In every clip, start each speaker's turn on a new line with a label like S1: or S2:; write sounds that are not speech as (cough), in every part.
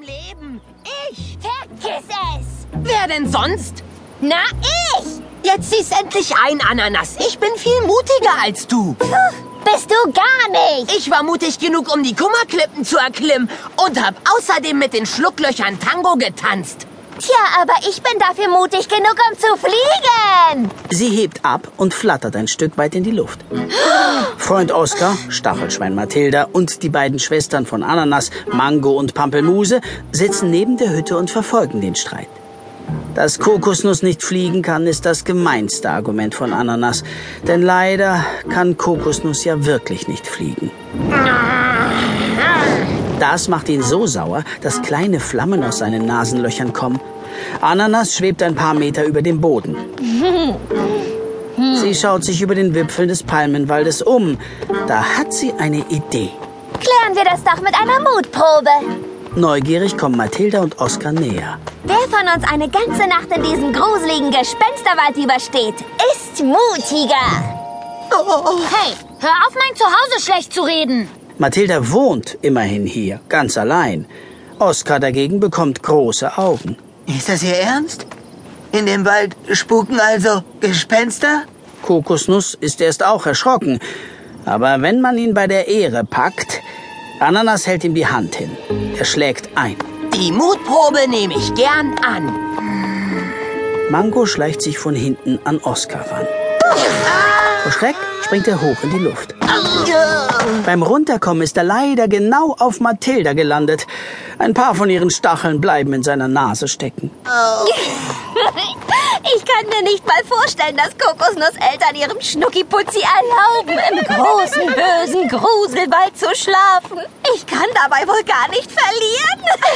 S1: Leben. Ich.
S2: Vergiss es!
S1: Wer denn sonst?
S2: Na, ich!
S1: Jetzt sieh's endlich ein, Ananas. Ich bin viel mutiger als du.
S2: Bist du gar nicht!
S1: Ich war mutig genug, um die Kummerklippen zu erklimmen und hab außerdem mit den Schlucklöchern Tango getanzt.
S2: Tja, aber ich bin dafür mutig genug, um zu fliegen!
S3: Sie hebt ab und flattert ein Stück weit in die Luft. Freund Oskar, Stachelschwein Mathilda und die beiden Schwestern von Ananas, Mango und Pampelmuse, sitzen neben der Hütte und verfolgen den Streit. Dass Kokosnuss nicht fliegen kann, ist das gemeinste Argument von Ananas. Denn leider kann Kokosnuss ja wirklich nicht fliegen. Das macht ihn so sauer, dass kleine Flammen aus seinen Nasenlöchern kommen. Ananas schwebt ein paar Meter über dem Boden. Sie schaut sich über den Wipfel des Palmenwaldes um. Da hat sie eine Idee.
S2: Klären wir das doch mit einer Mutprobe.
S3: Neugierig kommen Mathilda und Oskar näher.
S2: Wer von uns eine ganze Nacht in diesem gruseligen Gespensterwald übersteht, ist mutiger.
S1: Oh,
S4: Hey, hör auf, mein Zuhause schlecht zu reden.
S3: Mathilda wohnt immerhin hier, ganz allein. Oskar dagegen bekommt große Augen.
S5: Ist das Ihr Ernst? In dem Wald spuken also Gespenster?
S3: Kokosnuss ist erst auch erschrocken. Aber wenn man ihn bei der Ehre packt, Ananas hält ihm die Hand hin. Er schlägt ein.
S1: Die Mutprobe nehme ich gern an.
S3: Mango schleicht sich von hinten an Oskar ran. Vor Schreck springt er hoch in die Luft. Beim Runterkommen ist er leider genau auf Mathilda gelandet. Ein paar von ihren Stacheln bleiben in seiner Nase stecken.
S2: Ich kann mir nicht mal vorstellen, dass Kokosnusseltern ihrem Schnuckiputzi erlauben, im großen, bösen Gruselwald zu schlafen. Ich kann dabei wohl gar nicht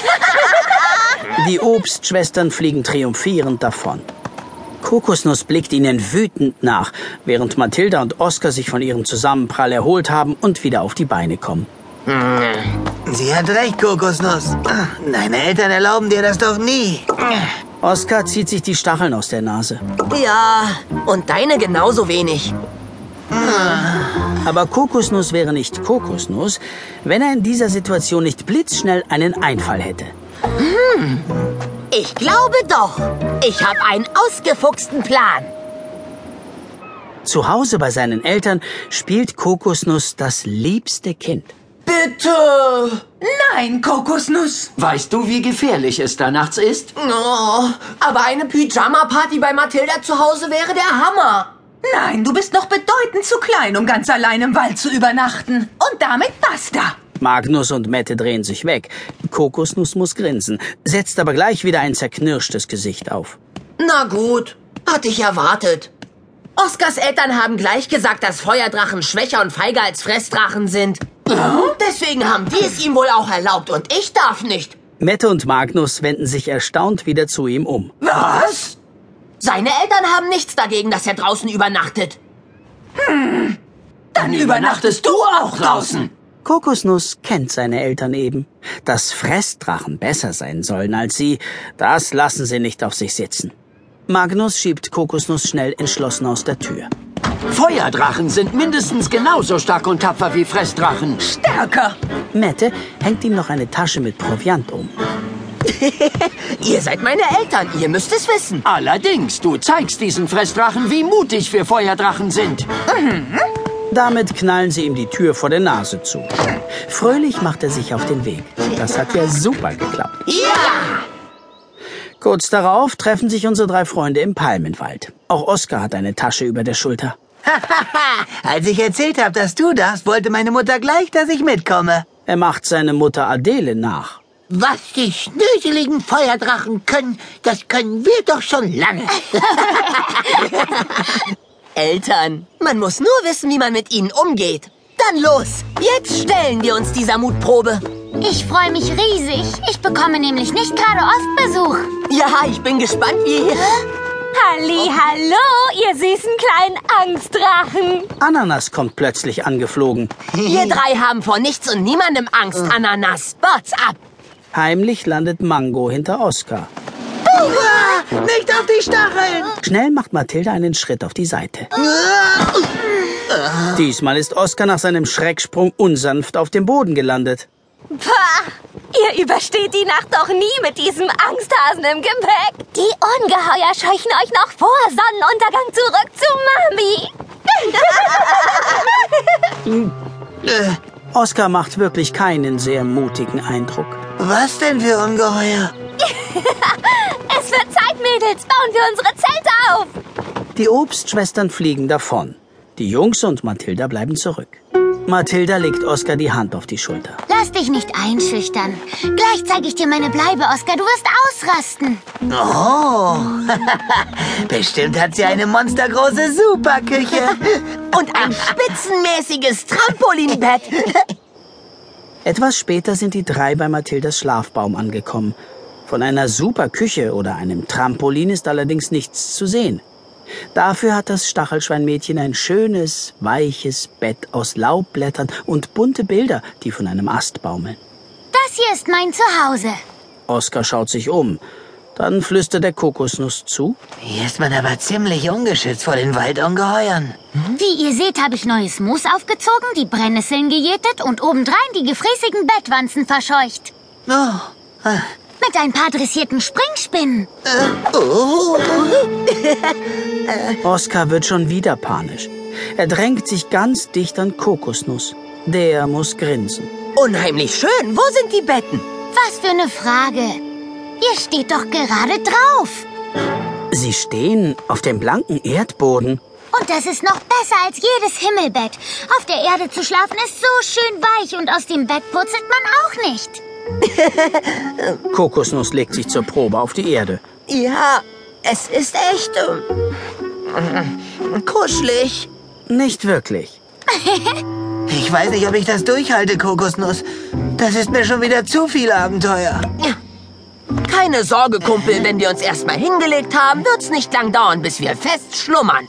S2: verlieren.
S3: Die Obstschwestern fliegen triumphierend davon. Kokosnuss blickt ihnen wütend nach, während Mathilda und Oskar sich von ihrem Zusammenprall erholt haben und wieder auf die Beine kommen.
S5: Sie hat recht, Kokosnuss. Deine Eltern erlauben dir das doch nie.
S3: Oskar zieht sich die Stacheln aus der Nase.
S1: Ja, und deine genauso wenig.
S3: Aber Kokosnuss wäre nicht Kokosnuss, wenn er in dieser Situation nicht blitzschnell einen Einfall hätte.
S1: Ich glaube doch. Ich habe einen ausgefuchsten Plan.
S3: Zu Hause bei seinen Eltern spielt Kokosnuss das liebste Kind.
S1: Äh.
S6: Bitte! Nein, Kokosnuss!
S7: Weißt du, wie gefährlich es da nachts ist?
S6: Oh, aber eine Pyjama-Party bei Mathilda zu Hause wäre der Hammer! Nein, du bist noch bedeutend zu klein, um ganz allein im Wald zu übernachten. Und damit basta!
S3: Magnus und Mette drehen sich weg. Kokosnuss muss grinsen, setzt aber gleich wieder ein zerknirschtes Gesicht auf.
S6: Na gut, hatte ich erwartet.
S1: Oskars Eltern haben gleich gesagt, dass Feuerdrachen schwächer und feiger als Fressdrachen sind. Deswegen haben die es ihm wohl auch erlaubt und ich darf nicht.
S3: Mette und Magnus wenden sich erstaunt wieder zu ihm um.
S6: Was?
S1: Seine Eltern haben nichts dagegen, dass er draußen übernachtet.
S6: Hm, Dann übernachtest du auch draußen!
S3: Kokosnuss kennt seine Eltern eben. Dass Fressdrachen besser sein sollen als sie, das lassen sie nicht auf sich sitzen. Magnus schiebt Kokosnuss schnell entschlossen aus der Tür.
S7: Feuerdrachen sind mindestens genauso stark und tapfer wie Fressdrachen.
S6: Stärker!
S3: Mette hängt ihm noch eine Tasche mit Proviant um.
S1: Ihr seid meine Eltern, ihr müsst es wissen. Ah,
S7: Allerdings, du zeigst diesen Fressdrachen, wie mutig wir Feuerdrachen sind.
S3: Damit knallen sie ihm die Tür vor der Nase zu. Fröhlich macht er sich auf den Weg. Das hat ja super geklappt. Ja! Kurz darauf treffen sich unsere drei Freunde im Palmenwald. Auch Oskar hat eine Tasche über der Schulter.
S5: Als ich erzählt habe, dass du das, wollte meine Mutter gleich, dass ich mitkomme.
S3: Er macht seine Mutter Adele nach.
S8: Was die schnöseligen Feuerdrachen können, das können wir doch schon lange.
S1: Eltern, man muss nur wissen, wie man mit ihnen umgeht. Dann los, jetzt stellen wir uns dieser Mutprobe.
S4: Ich freue mich riesig. Ich bekomme nämlich nicht gerade oft Besuch.
S1: Ja, ich bin gespannt, wie ihr... (laughs)
S2: Halli, hallo, ihr süßen kleinen Angstdrachen.
S3: Ananas kommt plötzlich angeflogen.
S1: Ihr drei haben vor nichts und niemandem Angst, Ananas. Boards ab.
S3: Heimlich landet Mango hinter Oskar.
S5: Nicht auf die Stacheln!
S3: Schnell macht Mathilda einen Schritt auf die Seite. Diesmal ist Oskar nach seinem Schrecksprung unsanft auf dem Boden gelandet.
S2: Pah, Ihr übersteht die Nacht doch nie mit diesem Angsthasen im Gepäck. Die Ungeheuer scheuchen euch noch vor Sonnenuntergang zurück zu Mami.
S4: (laughs)
S5: Äh,
S3: Oscar macht wirklich keinen sehr mutigen Eindruck.
S5: Was denn für Ungeheuer?
S2: Es wird Zeit, Mädels. Bauen wir unsere Zelte auf.
S3: Die Obstschwestern fliegen davon. Die Jungs und Mathilda bleiben zurück. Mathilda legt Oscar die Hand auf die Schulter.
S4: Lass dich nicht einschüchtern. Gleich zeige ich dir meine Bleibe, Oskar. Du wirst ausrasten.
S5: Oh, bestimmt hat sie eine monstergroße Superküche.
S8: (laughs)
S1: Und ein spitzenmäßiges Trampolinbett. (laughs)
S3: Etwas später sind die drei bei Mathildas Schlafbaum angekommen. Von einer super Küche oder einem Trampolin ist allerdings nichts zu sehen. Dafür hat das Stachelschweinmädchen ein schönes, weiches Bett aus Laubblättern und bunte Bilder, die von einem Ast baumeln.
S4: Das hier ist mein Zuhause.
S3: Oskar schaut sich um. Dann flüstert der Kokosnuss zu.
S5: Hier ist man aber ziemlich ungeschützt vor den Waldungeheuern.
S4: Wie ihr seht, habe ich neues Moos aufgezogen, die Brennnesseln gejätet und obendrein die gefräßigen Bettwanzen verscheucht.
S5: Oh, ah,
S4: Mit ein paar dressierten Springspinnen.
S3: Oskar wird schon wieder panisch. Er drängt sich ganz dicht an Kokosnuss. Der muss grinsen.
S1: Unheimlich schön. Wo sind die Betten?
S4: Was für eine Frage. Ihr steht doch gerade drauf.
S3: Sie stehen auf dem blanken Erdboden.
S4: Und das ist noch besser als jedes Himmelbett. Auf der Erde zu schlafen ist so schön weich und aus dem Bett purzelt man auch nicht.
S3: Kokosnuss legt sich zur Probe auf die Erde.
S1: Ja, es ist echt ähm, kuschelig.
S3: Nicht wirklich.
S5: ich weiß nicht, ob ich das durchhalte, Kokosnuss. Das ist mir schon wieder zu viel Abenteuer.
S1: Keine Sorge, Kumpel, wenn wir uns erstmal hingelegt haben, wird's nicht lang dauern, bis wir fest schlummern.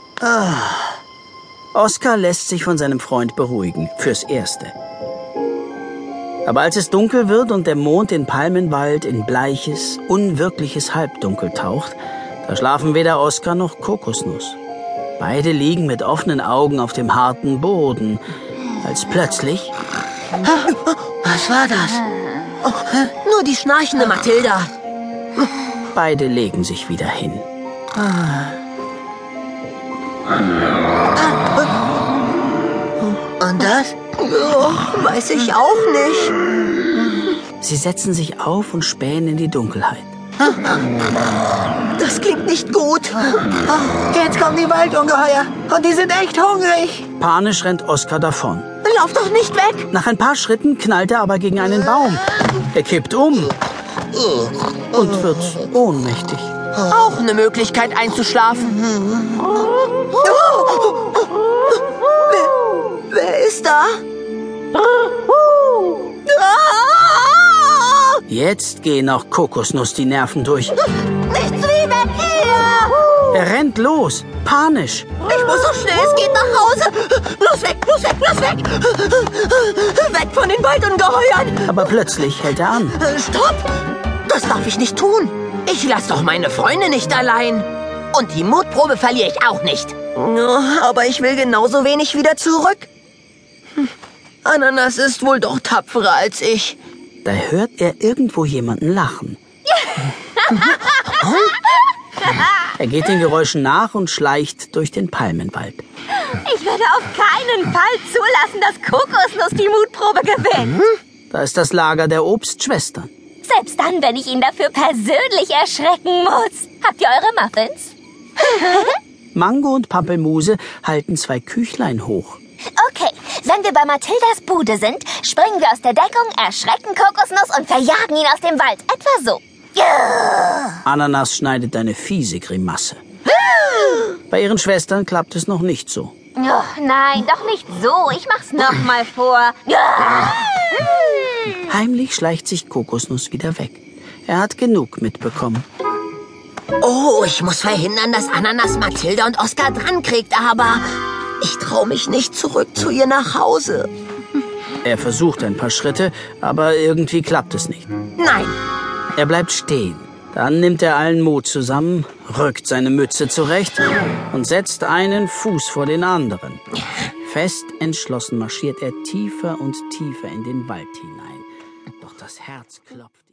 S3: Oskar lässt sich von seinem Freund beruhigen, fürs Erste. Aber als es dunkel wird und der Mond den Palmenwald in bleiches, unwirkliches Halbdunkel taucht, da schlafen weder Oskar noch Kokosnuss. Beide liegen mit offenen Augen auf dem harten Boden, als plötzlich
S5: Was war das?
S1: Nur die schnarchende Mathilda.
S3: beide legen sich wieder hin.
S5: Und das?
S1: Weiß ich auch nicht.
S3: Sie setzen sich auf und spähen in die Dunkelheit.
S1: Das klingt nicht gut.
S5: Jetzt kommen die Waldungeheuer. Und die sind echt hungrig.
S3: Panisch rennt Oskar davon.
S1: Lauf doch nicht weg.
S3: Nach ein paar Schritten knallt er aber gegen einen Baum. Er kippt um und wird ohnmächtig.
S1: Auch eine Möglichkeit einzuschlafen. Wer, wer ist da? Ah!
S3: Jetzt gehen auch Kokosnuss die Nerven durch.
S1: Nichts wie mit ihr.
S3: Er rennt los, panisch.
S1: Ich muss so schnell es geht nach Hause. Los weg, los weg, los weg. Weg von den Waldungeheuern.
S3: Aber plötzlich hält er an.
S1: Äh, Stopp. Das darf ich nicht tun. Ich lasse doch meine Freunde nicht allein. Und die Mutprobe verliere ich auch nicht. Aber ich will genauso wenig wieder zurück. Hm. Ananas ist wohl doch tapferer als ich.
S3: Da hört er irgendwo jemanden lachen. Er geht den Geräuschen nach und schleicht durch den Palmenwald.
S2: Ich werde auf keinen Fall zulassen, dass Kokosnuss die Mutprobe gewinnt.
S3: Da ist das Lager der Obstschwestern.
S2: Selbst dann, wenn ich ihn dafür persönlich erschrecken muss. Habt ihr eure Muffins?
S3: Mango und Pampelmuse halten zwei Küchlein hoch.
S2: Okay, wenn wir bei Mathildas Bude sind, springen wir aus der Deckung, erschrecken Kokosnuss und verjagen ihn aus dem Wald. Etwa so.
S3: Ananas schneidet eine fiese Grimasse. Bei ihren Schwestern klappt es noch nicht so.
S2: Oh, nein, doch nicht so. Ich mach's nochmal vor. Hm.
S3: Heimlich schleicht sich Kokosnuss wieder weg. Er hat genug mitbekommen.
S1: Oh, ich muss verhindern, dass Ananas Mathilda und Oskar drankriegt, aber ich traue mich nicht zurück zu ihr nach Hause.
S3: Er versucht ein paar Schritte, aber irgendwie klappt es nicht.
S1: Nein,
S3: Er bleibt stehen. Dann nimmt er allen Mut zusammen, rückt seine Mütze zurecht und setzt einen Fuß vor den anderen. Fest entschlossen marschiert er tiefer und tiefer in den Wald hinein. Doch Das Herz klopft.